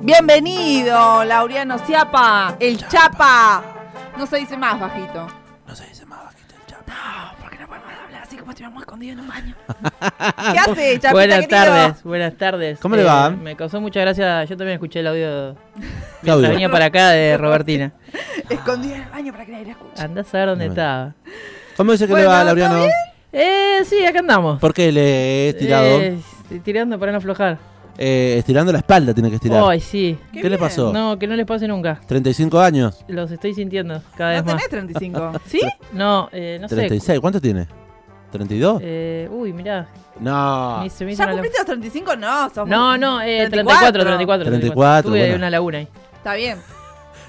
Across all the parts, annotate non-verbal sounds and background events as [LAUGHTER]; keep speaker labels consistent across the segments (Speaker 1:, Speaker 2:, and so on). Speaker 1: Bienvenido, Laureano Ciapa, el Chapa. No se dice más bajito.
Speaker 2: No se dice más bajito el chapa.
Speaker 1: No, porque no podemos hablar así como estuviéramos escondidos en un baño. [LAUGHS] ¿Qué hace, Chapita
Speaker 3: Buenas
Speaker 1: querido?
Speaker 3: tardes, buenas tardes. Eh,
Speaker 2: ¿Cómo le va?
Speaker 3: Me causó mucha gracia. Yo también escuché el audio
Speaker 2: Claudio.
Speaker 3: que venía para acá de Robertina.
Speaker 1: Escondido en el baño para que nadie la escuche.
Speaker 3: Andá a saber dónde
Speaker 2: Bueno.
Speaker 3: estaba.
Speaker 2: ¿Cómo dice que
Speaker 1: Bueno,
Speaker 2: le va,
Speaker 1: ¿está
Speaker 2: Laureano?
Speaker 1: bien?
Speaker 3: Eh, sí, acá andamos.
Speaker 2: ¿Por qué le he estirado?
Speaker 3: Eh, tirando para no aflojar.
Speaker 2: Eh, estirando la espalda tiene que estirar.
Speaker 3: Ay, sí.
Speaker 2: ¿Qué,
Speaker 1: Qué
Speaker 2: le
Speaker 1: bien.
Speaker 2: pasó?
Speaker 3: No, que no les pase nunca.
Speaker 2: 35 años.
Speaker 3: Los estoy sintiendo cada
Speaker 1: No
Speaker 3: vez más.
Speaker 1: tenés
Speaker 3: [LAUGHS]
Speaker 1: 35.
Speaker 3: ¿Sí? No, eh, no sé.
Speaker 2: 36. ¿Cuánto tiene? ¿32?
Speaker 3: Eh, uy, mirá.
Speaker 2: no.
Speaker 3: Ni se me hizo
Speaker 1: ¿Ya
Speaker 3: una
Speaker 1: cumpliste los 35? No, sos
Speaker 3: lagu- No, no, eh, 34, 34.
Speaker 2: 34,
Speaker 3: Tuve
Speaker 2: bueno.
Speaker 3: una laguna ahí.
Speaker 1: Está bien.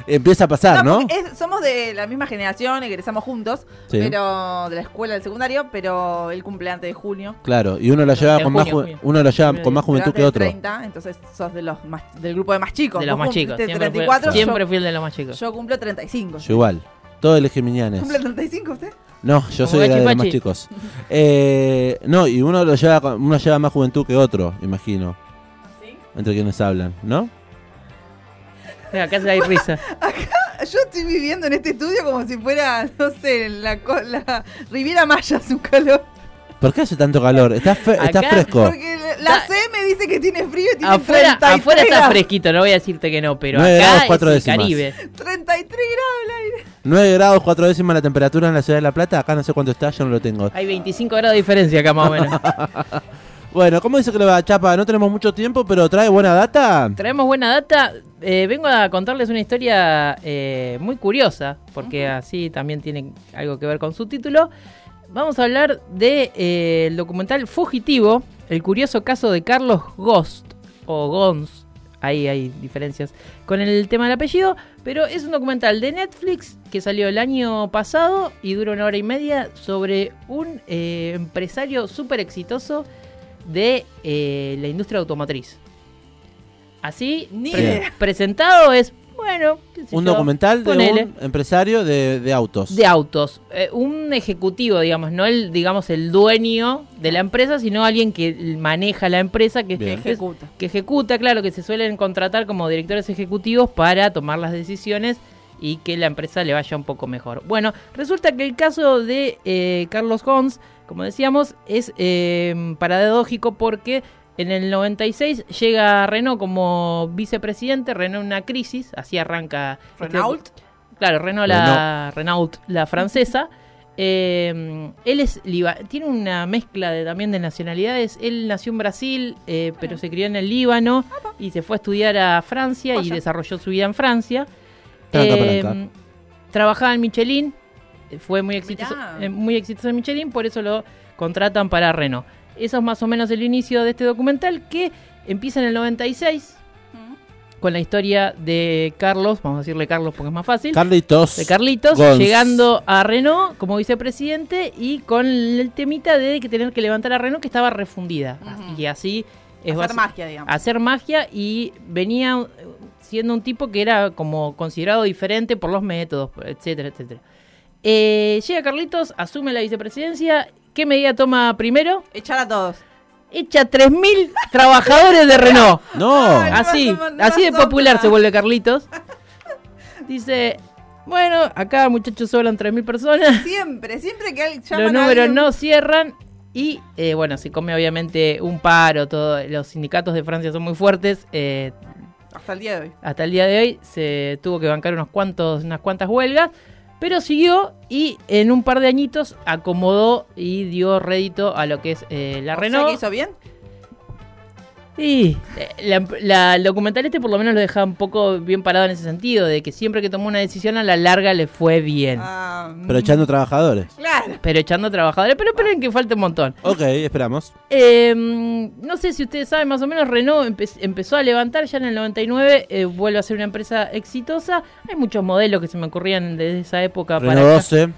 Speaker 2: Empieza a pasar, ¿no?
Speaker 1: porque es- somos de la misma generación, egresamos juntos,
Speaker 2: Sí.
Speaker 1: pero de la escuela del secundario, pero él cumple antes de junio.
Speaker 2: Claro, y uno la lleva
Speaker 3: En
Speaker 2: con más
Speaker 3: junio,
Speaker 2: ju-
Speaker 3: junio.
Speaker 2: uno la lleva
Speaker 3: Junio,
Speaker 2: con más juventud
Speaker 1: Pero antes
Speaker 2: que
Speaker 1: de
Speaker 2: otro.
Speaker 1: 30, entonces sos de los más, del grupo de más chicos.
Speaker 3: De los
Speaker 1: Vos
Speaker 3: más chicos.
Speaker 1: cumpliste
Speaker 3: Siempre, fui-
Speaker 1: 34, yo-
Speaker 3: siempre fui el de los más chicos.
Speaker 1: Yo cumplo 35.
Speaker 2: Yo igual. Todo el geminianes.
Speaker 1: ¿Cumple 35 usted?
Speaker 2: No, yo
Speaker 3: Como
Speaker 2: soy de la de los más
Speaker 3: Gachipachi.
Speaker 2: chicos. Eh, no, y uno lo lleva con- uno lleva más juventud que otro, imagino. Entre quienes hablan, ¿no?
Speaker 3: Mira, acá se hay
Speaker 1: [LAUGHS]
Speaker 3: risa.
Speaker 1: Ah, Yo estoy viviendo en este estudio como si fuera, no sé, la, co- la Riviera Maya, su
Speaker 2: [LAUGHS]
Speaker 1: calor.
Speaker 2: ¿Por qué hace tanto calor? Está,
Speaker 3: [LAUGHS]
Speaker 2: fe- está
Speaker 3: Acá-
Speaker 2: fresco.
Speaker 1: Porque la
Speaker 3: Está-
Speaker 1: C me dice que tiene frío y tiene
Speaker 3: Afuera,
Speaker 1: 33
Speaker 3: afuera está
Speaker 1: grados.
Speaker 3: fresquito, no voy a decirte que no, pero
Speaker 2: Nueve grados,
Speaker 3: acá
Speaker 2: cuatro
Speaker 3: es
Speaker 2: décimas.
Speaker 3: el Caribe.
Speaker 1: 33 grados el aire.
Speaker 2: 9 grados, 4 décimas la temperatura en la ciudad de La Plata. Acá no sé cuánto está, yo no lo tengo.
Speaker 3: Hay 25 grados de diferencia acá más o menos.
Speaker 2: Bueno, ¿cómo dice que le va Chapa? No tenemos mucho tiempo, pero trae buena data.
Speaker 3: Traemos buena data. Eh, vengo a contarles una historia eh, muy curiosa, porque así también tiene algo que ver con su título. Vamos a hablar del de, eh, el documental Fugitivo, el curioso caso de Carlos Ghost, o Gons, ahí hay diferencias con el tema del apellido, pero es un documental de Netflix que salió el año pasado y dura una hora y media sobre un eh, empresario súper exitoso de eh, la industria automotriz. Así,
Speaker 1: Ni
Speaker 3: pre-
Speaker 2: idea.
Speaker 3: presentado es, bueno, qué sé
Speaker 2: Un
Speaker 3: yo,
Speaker 2: documental de
Speaker 3: ponele.
Speaker 2: un empresario de, de autos.
Speaker 3: De autos. Eh, un ejecutivo, digamos, no el, digamos, el dueño de la empresa, sino alguien que maneja la empresa, que,
Speaker 2: Bien.
Speaker 3: que-
Speaker 1: Ejecuta.
Speaker 3: que ejecuta, claro, que se suelen contratar como directores ejecutivos para tomar las decisiones y que la empresa le vaya un poco mejor. Bueno, resulta que el caso de eh, Carlos Hons, como decíamos, es eh, paradójico porque en el 96 llega Renault como vicepresidente, Renault en una crisis, así arranca... este-
Speaker 1: Renault.
Speaker 3: Claro, Renault, la, Renault, la francesa. Eh, él es liba- tiene una mezcla de, también de nacionalidades. Él nació en Brasil, eh, pero se crió en el Líbano y se fue a estudiar a Francia y
Speaker 1: Vaya.
Speaker 3: desarrolló su vida en Francia.
Speaker 2: Tranca,
Speaker 3: Eh,
Speaker 2: palanca.
Speaker 3: trabajaba en Michelin, eh, fue muy exitoso,
Speaker 1: Mirá.
Speaker 3: eh, muy exitoso en Michelin, por eso lo contratan para Renault. Eso es más o menos el inicio de este documental que empieza en el 96
Speaker 1: Mm.
Speaker 3: con la historia de Carlos, vamos a decirle Carlos porque es más fácil
Speaker 2: Carlitos.
Speaker 3: de Carlitos,
Speaker 2: Gons.
Speaker 3: llegando a Renault como vicepresidente y con el temita de que tener que levantar a Renault que estaba refundida.
Speaker 1: Ujú.
Speaker 3: Y así es
Speaker 1: Hacer
Speaker 3: basi-
Speaker 1: magia, digamos.
Speaker 3: hacer magia y venía eh, siendo un tipo que era como considerado diferente por los métodos, etcétera, etcétera. Eh, llega Carlitos, asume la vicepresidencia. ¿Qué medida toma primero?
Speaker 1: Echar a todos.
Speaker 3: Echa 3.000
Speaker 1: [LAUGHS]
Speaker 3: trabajadores de Renault.
Speaker 2: No.
Speaker 1: Ay,
Speaker 3: Así,
Speaker 1: vas a mandar
Speaker 3: así de
Speaker 1: sombra.
Speaker 3: popular se vuelve Carlitos. Dice, bueno, acá muchachos sobran 3.000 [LAUGHS] personas,
Speaker 1: Siempre, siempre que alguien llama
Speaker 3: los números no cierran y eh, bueno, se come obviamente un paro, todo, los sindicatos de Francia son muy fuertes, eh,
Speaker 1: Hasta el día de hoy.
Speaker 3: hasta el día de hoy se tuvo que bancar unos cuantos, unas cuantas huelgas, pero siguió y en un par de añitos acomodó y dio rédito a lo que es eh, la
Speaker 1: O sea
Speaker 3: Renault.
Speaker 1: que hizo bien?
Speaker 3: Y eh, la, la- el documental este por lo menos lo deja un poco bien parado en ese sentido, de que siempre que tomó una decisión a la larga le fue bien.
Speaker 1: Ah,
Speaker 2: Pero echando trabajadores.
Speaker 1: Claro.
Speaker 3: Pero echando trabajadores, pero esperen que falte un montón.
Speaker 2: Ok, esperamos.
Speaker 3: Eh, no sé si ustedes saben, más o menos Renault empe- empezó a levantar ya en el 99, eh, vuelve a ser una empresa exitosa. Hay muchos modelos que se me ocurrían desde esa época para
Speaker 2: Renault
Speaker 3: acá.
Speaker 2: 12.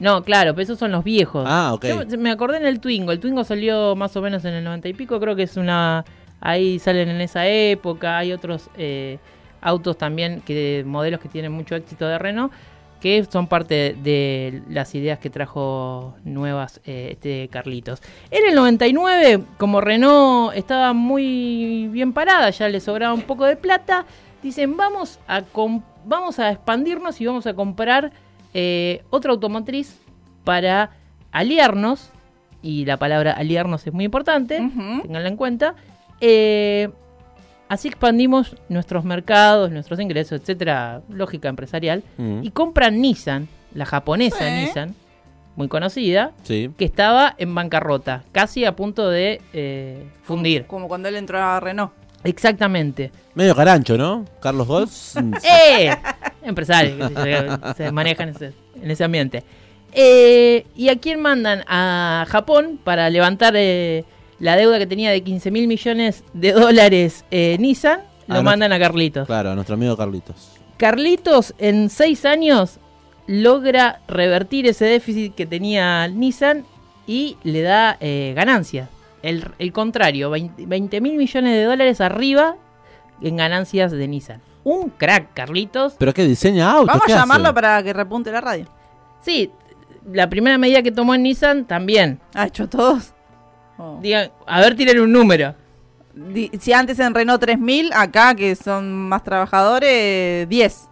Speaker 3: No, claro, pero esos son los viejos.
Speaker 2: Ah, ok.
Speaker 3: Yo me acordé en el Twingo. El Twingo salió más o menos en el 90 y pico. Creo que es una. Ahí salen en esa época. Hay otros eh, autos también, que modelos que tienen mucho éxito de Renault. que son parte de las ideas que trajo nuevas eh, este Carlitos. En el 99, como Renault estaba muy bien parada, ya le sobraba un poco de plata, dicen vamos a, com- vamos a expandirnos y vamos a comprar eh, otra automotriz para aliarnos, y la palabra aliarnos es muy importante,
Speaker 1: Ujú.
Speaker 3: tenganla en cuenta. Eh, así expandimos nuestros mercados, nuestros ingresos, etcétera, lógica empresarial.
Speaker 2: Mm.
Speaker 3: Y compran Nissan, la japonesa
Speaker 1: Sí.
Speaker 3: Nissan, muy conocida,
Speaker 2: Sí.
Speaker 3: que estaba en bancarrota, casi a punto de eh, fundir.
Speaker 1: Como cuando él entró a Renault.
Speaker 3: Exactamente.
Speaker 2: Medio carancho, ¿no? Carlos
Speaker 3: [LAUGHS]
Speaker 2: Golds. Mm, sí.
Speaker 3: ¡Eh! Empresarios que se, se manejan en ese, en ese ambiente. Eh, ¿Y a quién mandan? A Japón para levantar eh, la deuda que tenía de 15 mil millones de dólares eh, Nissan.
Speaker 2: Ah,
Speaker 3: Lo
Speaker 2: no.
Speaker 3: mandan a Carlitos.
Speaker 2: Claro, a nuestro amigo Carlitos.
Speaker 3: Carlitos en 6 años logra revertir ese déficit que tenía Nissan y le da eh, ganancias. El, el contrario, 20 mil millones de dólares arriba en ganancias de Nissan. Un crack, Carlitos.
Speaker 2: ¿Pero qué? ¿Diseña autos?
Speaker 1: Vamos a
Speaker 2: ¿Qué hace?
Speaker 1: llamarlo para que repunte la radio.
Speaker 3: Sí, la primera medida que tomó en Nissan también.
Speaker 1: Ha hecho todos. Oh.
Speaker 3: Digan, a ver, tiren un número.
Speaker 1: Di- Si antes en Renault 3000, acá que son más trabajadores, 10.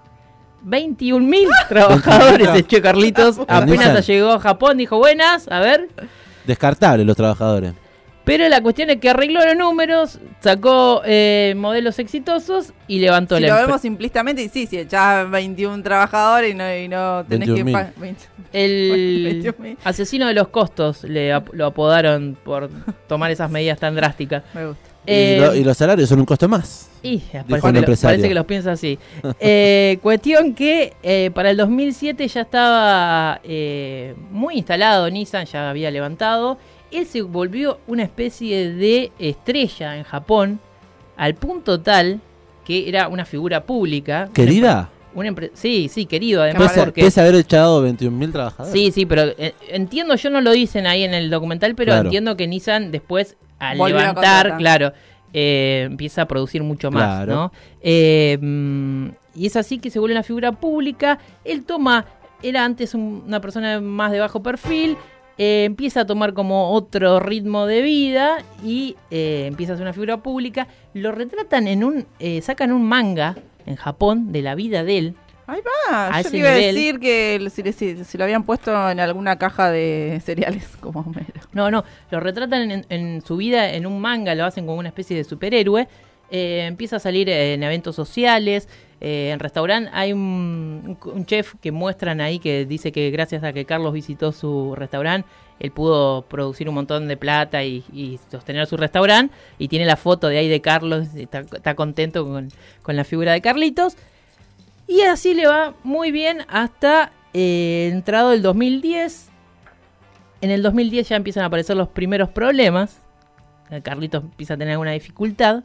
Speaker 2: [LAUGHS]
Speaker 3: 21 mil trabajadores echó Carlitos.
Speaker 2: Nissan.
Speaker 3: Apenas llegó a Japón, dijo, buenas, a ver.
Speaker 2: Descartables los trabajadores.
Speaker 3: Pero la cuestión es que arregló los números, sacó eh, modelos exitosos y levantó
Speaker 1: Si
Speaker 3: la
Speaker 1: lo
Speaker 3: empresa.
Speaker 1: vemos simplistamente, y sí, si echás 21 trabajadores y no, y no tenés que
Speaker 2: 21.000.
Speaker 1: pagar. 20. [LAUGHS]
Speaker 3: El
Speaker 1: Bueno,
Speaker 3: asesino de los costos le ap- lo apodaron
Speaker 1: [LAUGHS]
Speaker 3: por tomar esas medidas tan drásticas.
Speaker 1: Me gusta.
Speaker 3: Eh,
Speaker 2: y, lo- y los salarios son un costo más.
Speaker 3: Y
Speaker 2: Dijo
Speaker 3: parece,
Speaker 2: el
Speaker 3: que lo-
Speaker 2: empresario.
Speaker 3: parece que los piensa así.
Speaker 2: [LAUGHS]
Speaker 3: Eh, cuestión que eh, para el 2007 ya estaba eh, muy instalado Nissan, ya había levantado. Él se volvió una especie de estrella en Japón, al punto tal que era una figura pública. Una
Speaker 2: ¿Querida?
Speaker 3: empre- una empre- sí, sí, querido, además
Speaker 2: Pese,
Speaker 3: porque...
Speaker 2: pese a haber echado 21.000 trabajadores.
Speaker 3: Sí, sí, pero eh, entiendo, yo no lo dicen ahí en el documental, pero
Speaker 2: Claro.
Speaker 3: entiendo que Nissan después, al
Speaker 1: Volvió a
Speaker 3: levantar,
Speaker 1: contratar.
Speaker 3: claro, eh, empieza a producir mucho más,
Speaker 2: Claro.
Speaker 3: ¿no? Eh, mm, y es así que se vuelve una figura pública. Él toma, era antes un- una persona más de bajo perfil, eh, empieza a tomar como otro ritmo de vida y eh, empieza a ser una figura pública. Lo retratan en un, eh, sacan un manga en Japón de la vida de él.
Speaker 1: Ah,
Speaker 3: A
Speaker 1: yo
Speaker 3: ese
Speaker 1: te iba a
Speaker 3: nivel.
Speaker 1: decir que el- si, le- si- si lo habían puesto en alguna caja de cereales, [LAUGHS] como Homero.
Speaker 3: No, no, lo retratan en, en su vida en un manga, lo hacen como una especie de superhéroe. Eh, empieza a salir eh, en eventos sociales, eh, en restaurante. Hay un, un chef que muestran ahí que dice que gracias a que Carlos visitó su restaurante, él pudo producir un montón de plata y, y sostener su restaurante. Y tiene la foto de ahí de Carlos, está, está contento con, con la figura de Carlitos. Y así le va muy bien hasta eh, entrado el 2010. En el 2010 ya empiezan a aparecer los primeros problemas. Eh, Carlitos empieza a tener alguna dificultad.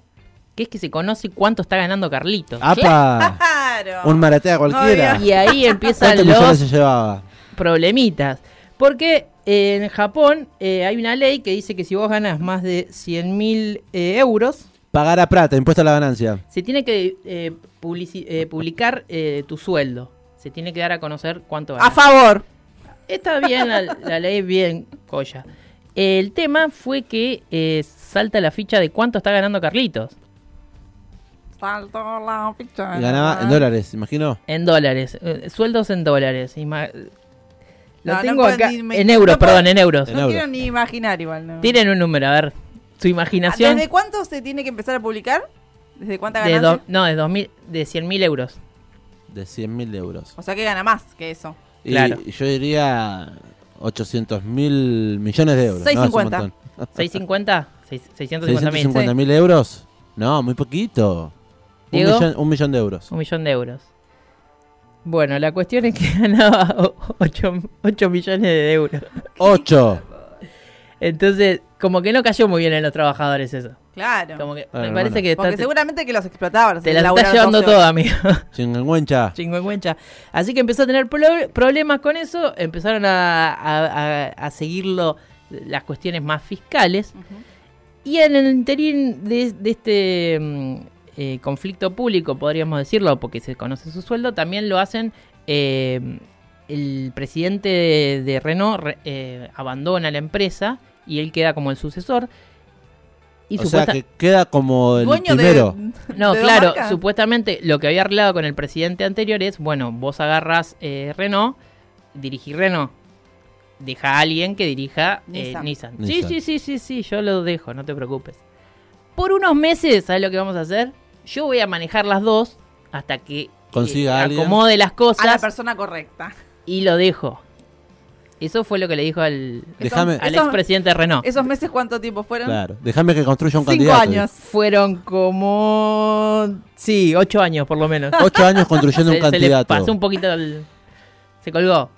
Speaker 3: Que es que se conoce cuánto está ganando Carlitos.
Speaker 2: Ah,
Speaker 3: [LAUGHS]
Speaker 2: ¡Apa!
Speaker 1: Claro.
Speaker 2: Un maratea cualquiera.
Speaker 1: Obvio.
Speaker 3: Y ahí empiezan
Speaker 2: ¿Cuántos millones
Speaker 3: los
Speaker 2: se llevaba?
Speaker 3: problemitas. Porque eh, en Japón eh, hay una ley que dice que si vos ganas más de 100 mil eh, euros,
Speaker 2: Pagar a plata, impuesto a la ganancia.
Speaker 3: se tiene que eh, publici- eh, publicar eh, tu sueldo. Se tiene que dar a conocer cuánto ganas.
Speaker 1: A favor.
Speaker 3: Está bien la, la ley, bien, Coya. El tema fue que eh, salta la ficha de cuánto está ganando Carlitos
Speaker 1: Saltó la ficha.
Speaker 2: Y ganaba
Speaker 3: Ah.
Speaker 2: en dólares, imagino.
Speaker 3: en dólares, eh, sueldos en dólares. ima- Lo
Speaker 1: No, no
Speaker 3: tengo
Speaker 1: puedo
Speaker 3: acá
Speaker 1: ni- me-
Speaker 3: en euros,
Speaker 1: no puedo-
Speaker 3: perdón, en euros.
Speaker 2: En
Speaker 1: No quiero
Speaker 2: euros.
Speaker 1: ni imaginar igual. No.
Speaker 3: Tiren un número, a ver, su imaginación.
Speaker 1: Ah, ¿Desde cuánto se tiene que empezar a publicar? ¿Desde cuánta
Speaker 3: de
Speaker 1: ganancia?
Speaker 3: do- no, de, 2000, de 100 mil euros.
Speaker 2: De 100.000 euros.
Speaker 1: O sea que gana más que eso.
Speaker 2: Y
Speaker 3: Claro.
Speaker 2: yo diría 800.000 millones de euros. No, es un
Speaker 1: 650.
Speaker 2: montón.
Speaker 3: 650, seis- 650 mil.
Speaker 2: 650 mil euros. No, muy poquito. Un
Speaker 3: Diego.
Speaker 2: millón, un millón de euros.
Speaker 3: Un millón de euros. Bueno, la cuestión es que [LAUGHS] ganaba 8 millones de euros.
Speaker 2: 8.
Speaker 3: Entonces, como que no cayó muy bien en los trabajadores eso.
Speaker 1: Claro.
Speaker 3: Como que
Speaker 2: Bueno,
Speaker 3: me parece
Speaker 2: bueno.
Speaker 3: que
Speaker 1: Porque
Speaker 3: está-
Speaker 1: seguramente que los explotaba. los
Speaker 3: te la
Speaker 1: laburaron
Speaker 3: estás llevando
Speaker 1: 12
Speaker 3: toda, amigo.
Speaker 2: Chingüengüencha.
Speaker 3: Chingüengüencha. Así que empezó a tener pro- problemas con eso. Empezaron a, a- a- a seguirlo las cuestiones más fiscales.
Speaker 1: horas. Ujú.
Speaker 3: Y en el interín de, de este mm, eh, conflicto público, podríamos decirlo, porque se conoce su sueldo, también lo hacen eh, el presidente de, de Renault re- eh, abandona la empresa y él queda como el sucesor. Y
Speaker 2: o sea
Speaker 3: supuesta-
Speaker 2: que queda como el
Speaker 1: Dueño de- [LAUGHS]
Speaker 2: primero.
Speaker 1: de.
Speaker 3: No,
Speaker 1: dos
Speaker 3: claro,
Speaker 1: marcas.
Speaker 3: supuestamente lo que había arreglado con el presidente anterior es, bueno, vos agarras eh, Renault, dirigí Renault, deja a alguien que dirija eh,
Speaker 1: Nissan.
Speaker 3: Nissan. Sí,
Speaker 2: Nissan.
Speaker 3: sí, sí, sí, sí, yo lo dejo, no te preocupes. Por unos meses, ¿sabes lo que vamos a hacer? Yo voy a manejar las dos hasta que eh,
Speaker 2: Consiga alguien.
Speaker 3: acomode las
Speaker 1: A la
Speaker 3: cosas
Speaker 1: persona
Speaker 2: [LAUGHS]
Speaker 1: correcta.
Speaker 3: y lo dejo. Eso fue lo que le dijo al,
Speaker 2: Déjame,
Speaker 3: al
Speaker 1: Eso-
Speaker 3: expresidente Renault.
Speaker 1: ¿Esos meses cuánto tiempo fueron?
Speaker 2: claro, déjame que construya un
Speaker 1: Cinco
Speaker 2: candidato.
Speaker 1: años.
Speaker 3: Fueron como... Sí, ocho años por lo menos.
Speaker 2: Ocho años construyendo
Speaker 3: [LAUGHS] se,
Speaker 2: un
Speaker 3: se le
Speaker 2: candidato.
Speaker 3: pasó un poquito el- Se colgó.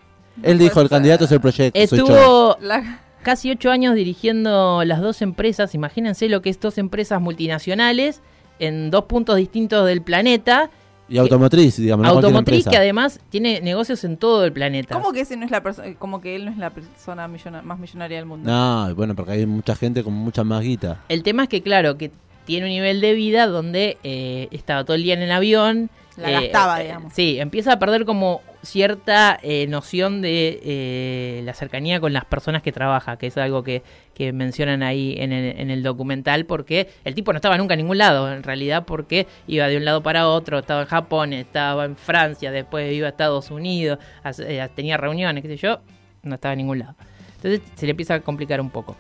Speaker 2: Él dijo, el candidato es el proyecto. soy yo.
Speaker 3: eh". Estuvo
Speaker 1: La-
Speaker 3: casi ocho años dirigiendo las dos empresas. Imagínense lo que es dos empresas multinacionales en dos puntos distintos del planeta.
Speaker 2: Y automotriz, digamos. no cualquier
Speaker 3: Automotriz
Speaker 2: empresa.
Speaker 3: que además tiene negocios en todo el planeta.
Speaker 1: ¿Cómo que ese no es la persona, como que él no es la persona millona- más millonaria del mundo?
Speaker 2: No, y bueno, porque hay mucha gente con mucha más guita.
Speaker 3: El tema es que, claro, que tiene un nivel de vida donde eh, estaba todo el día en el avión.
Speaker 1: La
Speaker 3: eh,
Speaker 1: gastaba,
Speaker 3: eh,
Speaker 1: digamos.
Speaker 3: Sí, empieza a perder como cierta eh, noción de eh, la cercanía con las personas que trabaja, que es algo que, que mencionan ahí en el, en el documental, porque el tipo no estaba nunca en ningún lado, en realidad, porque iba de un lado para otro, estaba en Japón, estaba en Francia, después iba a Estados Unidos, hace- eh, tenía reuniones, qué sé yo, no estaba en ningún lado. Entonces se le empieza a complicar un poco.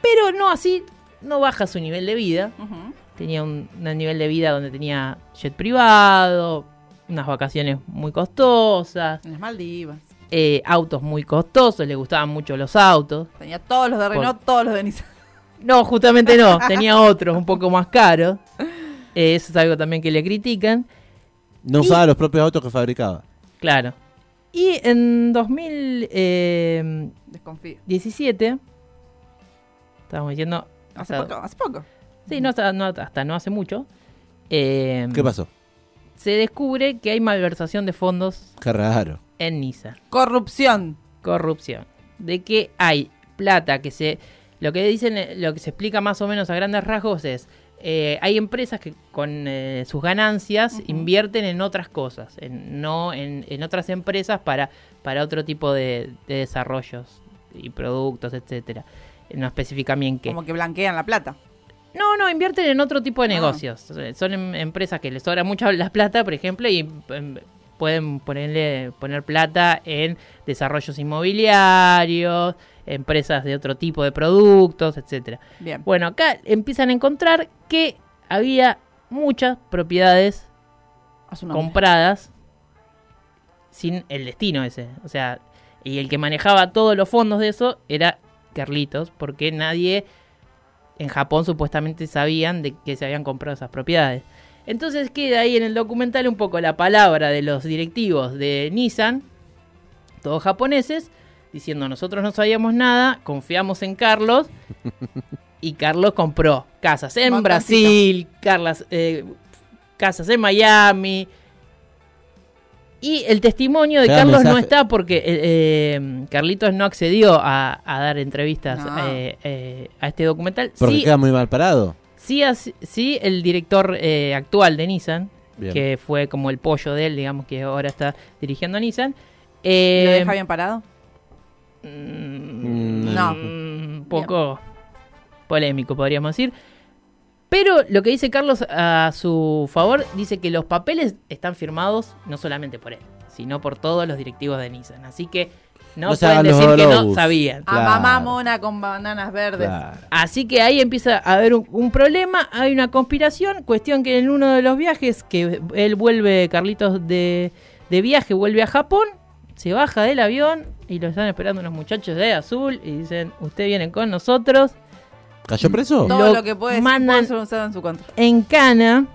Speaker 3: Pero no así, no baja su nivel de vida.
Speaker 1: Ujú.
Speaker 3: Tenía un, un nivel de vida donde tenía jet privado, unas vacaciones muy costosas,
Speaker 1: En las Maldivas.
Speaker 3: eh, autos muy costosos, le gustaban mucho los autos.
Speaker 1: Tenía todos los de Renault, todos los de Nissan.
Speaker 3: No, justamente no, tenía otros un poco más caros. Eh, eso es algo también que le critican,
Speaker 2: No usaba los propios autos que fabricaba.
Speaker 3: claro. Y en 2000... eh,
Speaker 1: Desconfío.
Speaker 3: 17. Estábamos diciendo.
Speaker 1: Hace
Speaker 3: hasta-
Speaker 1: poco, hace poco.
Speaker 3: Sí, no hasta no, hasta no hace mucho. eh,
Speaker 2: ¿Qué pasó?
Speaker 3: Se descubre que hay malversación de fondos
Speaker 2: Qué raro.
Speaker 3: en Nissan.
Speaker 1: Corrupción.
Speaker 3: Corrupción. De que hay plata que se. Lo que dicen, eh, lo que se explica más o menos a grandes rasgos es. eh, hay empresas que con eh, sus ganancias
Speaker 1: Ujú.
Speaker 3: invierten en otras cosas, en, no en, en otras empresas para, para otro tipo de, de desarrollos y productos, etcétera. No especifican bien qué.
Speaker 1: Como que blanquean la plata.
Speaker 3: No, no, invierten en otro tipo de
Speaker 1: Ah.
Speaker 3: negocios. Eh, Son em- empresas que les sobra mucha la plata, por ejemplo, y em, pueden ponerle, poner plata en desarrollos inmobiliarios, empresas de otro tipo de productos, etcétera.
Speaker 1: Bien.
Speaker 3: Bueno, acá empiezan a encontrar que había muchas propiedades
Speaker 1: A su nombre.
Speaker 3: compradas sin el destino ese. O sea, y el que manejaba todos los fondos de eso era Carlitos, porque nadie en Japón supuestamente sabían de que se habían comprado esas propiedades. Entonces queda ahí en el documental un poco la palabra de los directivos de Nissan, todos japoneses, diciendo nosotros no sabíamos nada, confiamos en Carlos. Y Carlos compró casas en
Speaker 1: Montoncito.
Speaker 3: Brasil, Carlas, eh, casas en Miami. Y el testimonio de
Speaker 2: Cada
Speaker 3: Carlos no
Speaker 2: mensaje-
Speaker 3: está porque eh, eh, Carlitos no accedió a, a dar entrevistas
Speaker 1: No.
Speaker 3: eh, eh, a este documental.
Speaker 2: Porque
Speaker 3: Sí,
Speaker 2: queda muy mal parado.
Speaker 3: sí, as- sí, el director eh, actual de Nissan,
Speaker 2: Bien.
Speaker 3: que fue como el pollo de él, digamos que ahora está dirigiendo a Nissan.
Speaker 1: ¿Y ¿Lo
Speaker 3: eh,
Speaker 1: deja bien parado?
Speaker 3: Mm,
Speaker 2: Mm,
Speaker 1: No.
Speaker 3: un poco polémico, podríamos decir. Pero lo que dice Carlos a su favor, dice que los papeles están firmados no solamente por él, sino por todos los directivos de Nissan. Así que no,
Speaker 2: No se
Speaker 3: pueden
Speaker 2: hagan los
Speaker 3: decir que no
Speaker 2: globos.
Speaker 3: sabían.
Speaker 2: Claro.
Speaker 1: A Ah, mamá mona con bananas verdes.
Speaker 2: Claro.
Speaker 3: Así que ahí empieza a haber un, un problema, hay una conspiración, cuestión que en uno de los viajes, que él vuelve, Carlitos, de, de viaje, vuelve a Japón, se baja del avión y lo están esperando unos muchachos de azul y dicen, ustedes vienen con nosotros,
Speaker 2: ¿Cayó preso?
Speaker 1: Todo
Speaker 3: Lo
Speaker 1: lo, que puede decir puede
Speaker 3: mandan-
Speaker 1: ser usado en su contra.
Speaker 3: en Cana,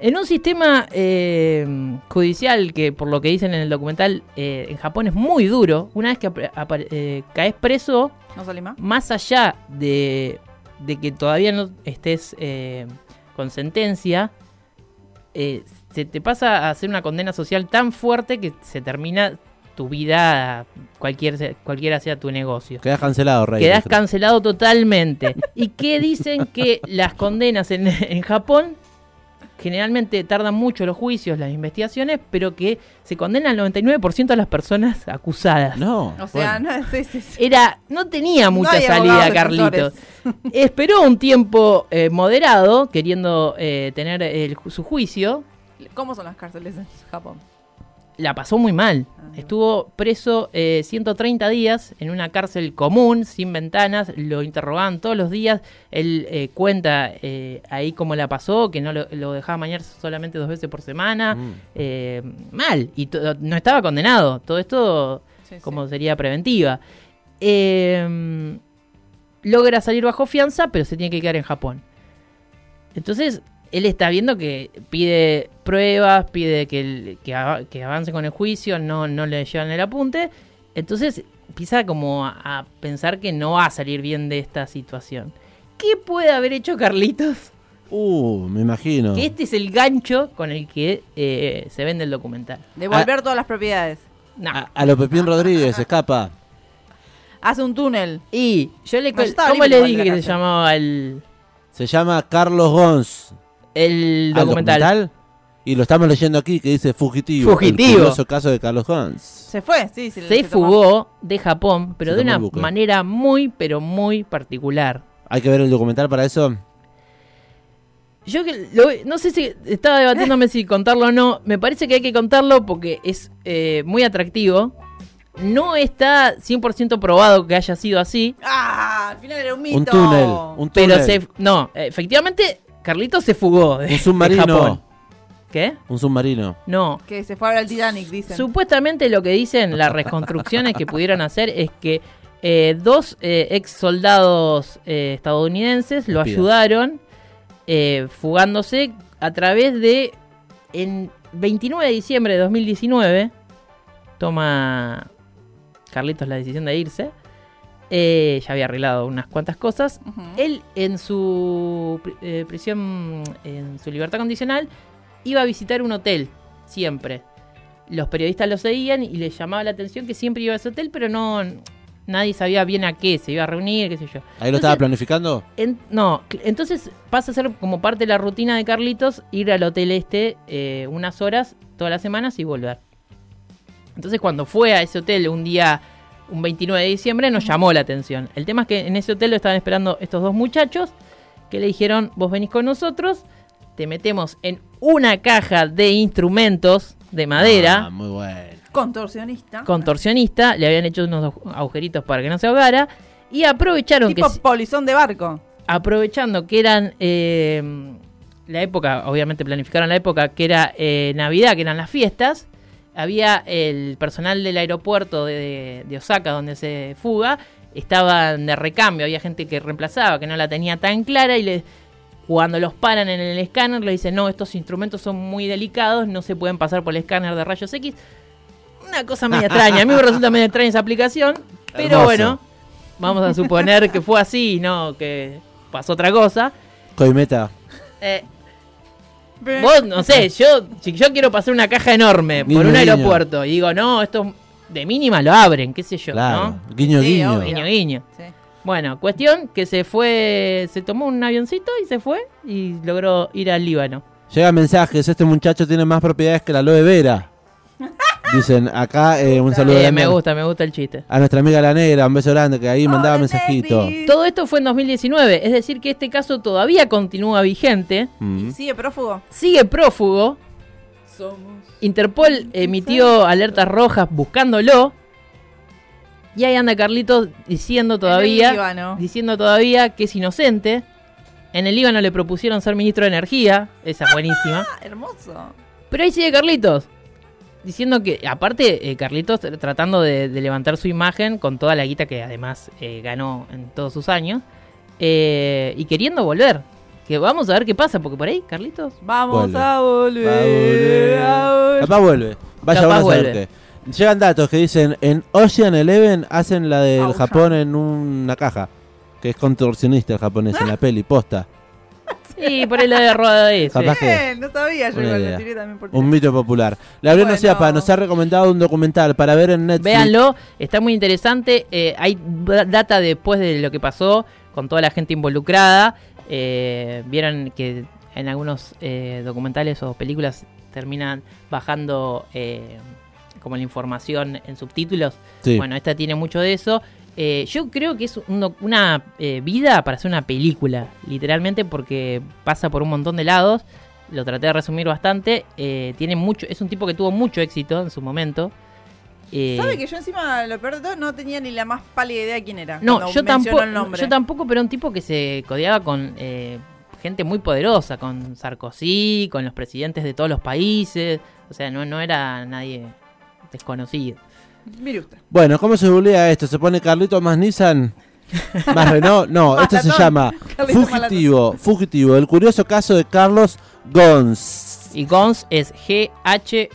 Speaker 3: en un sistema eh, judicial que por lo que dicen en el documental eh, en Japón es muy duro, una vez que apre- apare- eh, caes preso,
Speaker 1: ¿No salí más?
Speaker 3: más allá de, de que todavía no estés eh, con sentencia, eh, se te pasa a hacer una condena social tan fuerte que se termina tu vida, cualquier, cualquiera sea tu negocio.
Speaker 2: Quedás cancelado, Rey.
Speaker 3: Quedás cancelado totalmente. ¿Y qué dicen que las condenas en, en Japón generalmente tardan mucho los juicios, las investigaciones, pero que se condena al 99% de las personas acusadas.
Speaker 2: No.
Speaker 1: O sea,
Speaker 2: bueno.
Speaker 1: no, sí, sí, sí.
Speaker 3: Era, no tenía mucha
Speaker 1: hay
Speaker 3: salida
Speaker 1: abogados
Speaker 3: Carlitos. Esperó un tiempo eh, moderado, queriendo eh, tener el ju- su juicio.
Speaker 1: ¿Cómo son las cárceles en Japón?
Speaker 3: La pasó muy mal.
Speaker 1: Ah.
Speaker 3: Estuvo preso eh, 130 días en una cárcel común, sin ventanas. Lo interrogaban todos los días. Él eh, cuenta eh, ahí cómo la pasó, que no lo, lo dejaba bañar solamente dos veces por semana.
Speaker 2: Mm.
Speaker 3: Eh, mal. Y to- no estaba condenado. Todo esto
Speaker 1: Sí, sí.
Speaker 3: como sería preventiva. Eh, logra salir bajo fianza, pero se tiene que quedar en Japón. Entonces, él está viendo que pide pruebas, pide que, el- que, av- que avance con el juicio, no, no le llevan el apunte. Entonces, empieza como a, a pensar que no va a salir bien de esta situación. ¿Qué puede haber hecho Carlitos?
Speaker 2: Uh, me imagino.
Speaker 3: Que este es el gancho con el que eh, se vende el documental. Ah.
Speaker 1: Devolver todas las propiedades.
Speaker 3: No.
Speaker 2: A, a lo
Speaker 3: Ah,
Speaker 2: Pepín Rodríguez, escapa.
Speaker 1: Hace un túnel.
Speaker 3: Y yo le...
Speaker 1: No está
Speaker 3: ¿Cómo
Speaker 1: libre
Speaker 3: le
Speaker 1: igual de
Speaker 3: dije
Speaker 1: la
Speaker 3: que se
Speaker 1: cárcel.
Speaker 3: llamaba el...?
Speaker 2: Se llama Carlos Gons.
Speaker 3: Ah, El
Speaker 2: al
Speaker 3: documental.
Speaker 2: Y lo estamos leyendo aquí que dice fugitivo.
Speaker 3: Fugitivo.
Speaker 2: El curioso caso de Carlos Gons.
Speaker 1: Se fue, sí.
Speaker 3: Se,
Speaker 1: tomó.
Speaker 3: fugó de Japón, pero
Speaker 2: Se
Speaker 3: de
Speaker 2: tomó
Speaker 3: una
Speaker 2: el buque.
Speaker 3: manera muy, pero muy particular.
Speaker 2: Hay que ver el documental para eso.
Speaker 3: Yo que lo- no sé si estaba debatiéndome si contarlo o no. Me parece que hay que contarlo porque es eh, muy atractivo. No está 100% probado que haya sido así,
Speaker 1: Ah, al final era un mito.
Speaker 2: Un túnel. Un túnel.
Speaker 3: pero se no, efectivamente Carlito se fugó de,
Speaker 2: Un
Speaker 3: de Japón.
Speaker 2: submarino.
Speaker 3: ¿Qué?
Speaker 2: Un submarino.
Speaker 3: No.
Speaker 1: Que se fue a ver al Titanic, dicen.
Speaker 3: Supuestamente lo que dicen las reconstrucciones que pudieron hacer es que eh, dos eh, ex soldados eh, estadounidenses lo
Speaker 2: Espías.
Speaker 3: ayudaron eh, fugándose a través de en 29 de diciembre de 2019 toma Carlitos la decisión de irse eh, ya había arreglado unas cuantas cosas
Speaker 1: Ujú.
Speaker 3: él en su pri- eh, prisión, en su libertad condicional, iba a visitar un hotel, siempre. Los periodistas lo seguían y les llamaba la atención que siempre iba a ese hotel, pero no nadie sabía bien a qué, se iba a reunir, qué sé
Speaker 2: Ahí
Speaker 3: yo.
Speaker 2: lo
Speaker 3: Entonces-
Speaker 2: estaba planificando.
Speaker 3: En- no, cl- entonces pasa a ser como parte de la rutina de Carlitos ir al hotel este eh, unas horas todas las semanas y volver. Entonces cuando fue a ese hotel un día, un 29 de diciembre, nos llamó la atención. El tema es que en ese hotel lo estaban esperando estos dos muchachos que le dijeron, vos venís con nosotros, te metemos en una caja de instrumentos de madera
Speaker 2: Ah, muy bueno.
Speaker 1: Contorsionista.
Speaker 3: contorsionista, le habían hecho unos oj- agujeritos para que no se ahogara y aprovecharon que...
Speaker 1: Tipo
Speaker 3: si-
Speaker 1: polizón de barco.
Speaker 3: aprovechando que eran eh, la época, obviamente planificaron la época que era eh, Navidad, que eran las fiestas, había el personal del aeropuerto de, de Osaka donde se fuga, estaban de recambio, había gente que reemplazaba, que no la tenía tan clara y le- cuando los paran en el escáner le dicen, no, estos instrumentos son muy delicados, no se pueden pasar por el escáner de rayos X. Una cosa medio extraña, a mí me resulta medio extraña esa aplicación, pero
Speaker 2: Hermoso.
Speaker 3: bueno, vamos a suponer que fue así y no que pasó otra cosa.
Speaker 2: Coimeta.
Speaker 3: Eh, vos, no sé, yo, si yo quiero pasar una caja enorme por
Speaker 2: Guiño,
Speaker 3: un
Speaker 2: guiño.
Speaker 3: aeropuerto y digo, no, esto de mínima lo abren, qué sé yo,
Speaker 2: Claro.
Speaker 3: ¿no?
Speaker 2: Guiño,
Speaker 1: Sí,
Speaker 2: guiño.
Speaker 1: obvio.
Speaker 3: Guiño, guiño.
Speaker 1: Sí.
Speaker 3: Bueno, cuestión que se fue, se tomó un avioncito y se fue y logró ir al Líbano.
Speaker 2: Llegan mensajes. Este muchacho tiene más propiedades que la
Speaker 1: [LAUGHS]
Speaker 2: Loe Vera. Dicen acá eh, un saludo
Speaker 3: Eh,
Speaker 2: grande
Speaker 3: me gusta, me gusta el chiste.
Speaker 2: a nuestra amiga la negra. Un beso grande que ahí mandaba
Speaker 1: Hola,
Speaker 2: mensajito.
Speaker 1: Negri.
Speaker 3: Todo esto fue en 2019, es decir que este caso todavía continúa vigente,
Speaker 2: Mm.
Speaker 1: Sigue prófugo.
Speaker 3: sigue prófugo,
Speaker 1: Somos.
Speaker 3: Interpol emitió alertas rojas buscándolo. Y ahí anda Carlitos diciendo todavía, diciendo todavía que es inocente. En el Líbano le propusieron ser ministro de Energía, esa es buenísima.
Speaker 1: Ah, hermoso.
Speaker 3: Pero ahí sigue Carlitos, diciendo que, aparte, eh, Carlitos tr- tratando de, de levantar su imagen con toda la guita que además eh, ganó en todos sus años, eh, y queriendo volver. Que vamos a ver qué pasa, porque por ahí, Carlitos,
Speaker 1: Vamos
Speaker 2: Vuelve.
Speaker 1: a
Speaker 2: Va a
Speaker 1: volver.
Speaker 2: volver.
Speaker 1: a volver.
Speaker 2: Capaz vuelve. Vaya
Speaker 3: Capaz
Speaker 2: uno a saber
Speaker 3: vuelve.
Speaker 2: qué. Llegan datos que dicen en Ocean Eleven hacen la del
Speaker 1: Ocean.
Speaker 2: Japón en una caja. Que es contorsionista el japonés en la peli, posta.
Speaker 3: sí, por ahí [LAUGHS] la de rueda de eso.
Speaker 2: Capaz que-
Speaker 1: Bien, no sabía, yo
Speaker 2: Una
Speaker 1: igual lo
Speaker 2: idea.
Speaker 1: tiré también por
Speaker 2: Un mito popular. Laureano
Speaker 1: Bueno.
Speaker 2: Ciapa nos ha recomendado un documental para ver en Netflix.
Speaker 3: Véanlo, está muy interesante. eh, hay da- data después de lo que pasó con toda la gente involucrada. eh, vieron que en algunos eh, documentales o películas terminan bajando eh, como la información en subtítulos.
Speaker 2: Sí.
Speaker 3: Bueno, esta tiene mucho de eso. Eh, yo creo que es un doc- una eh, vida para hacer una película, literalmente, porque pasa por un montón de lados. Lo traté de resumir bastante. eh, tiene mucho, es un tipo que tuvo mucho éxito en su momento. Eh,
Speaker 1: ¿Sabe que yo encima, lo peor de todo, no tenía ni la más pálida idea de quién era?
Speaker 3: no,
Speaker 1: cuando
Speaker 3: yo
Speaker 1: mencionó
Speaker 3: tampoco,
Speaker 1: el nombre.
Speaker 3: yo tampoco, pero un tipo que se codeaba con eh, gente muy poderosa, con Sarkozy, con los presidentes de todos los países. O sea, no, no era nadie desconocido.
Speaker 1: Mire usted.
Speaker 2: Bueno, ¿cómo se googlea esto? ¿Se pone Carlito más Nissan? ¿Más Renault? No, esto se
Speaker 1: Malatón.
Speaker 2: llama
Speaker 1: Carlito
Speaker 2: Fugitivo, Fugitivo, el curioso caso de Carlos Gons.
Speaker 3: Y Gons es G-H-O-S-N.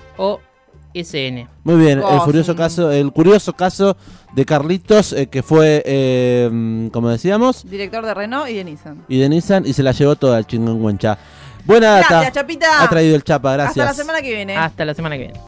Speaker 2: Muy bien, el
Speaker 1: Gons.
Speaker 2: curioso caso, el curioso caso de Carlitos, eh, que fue, eh, mm, como decíamos,
Speaker 1: Director de Renault y de Nissan.
Speaker 2: y de Nissan, y se la llevó toda el chingón Buena data.
Speaker 1: Gracias, Chapita.
Speaker 2: ha traído el Chapa, gracias.
Speaker 1: Hasta la semana que viene.
Speaker 3: Hasta la semana que viene.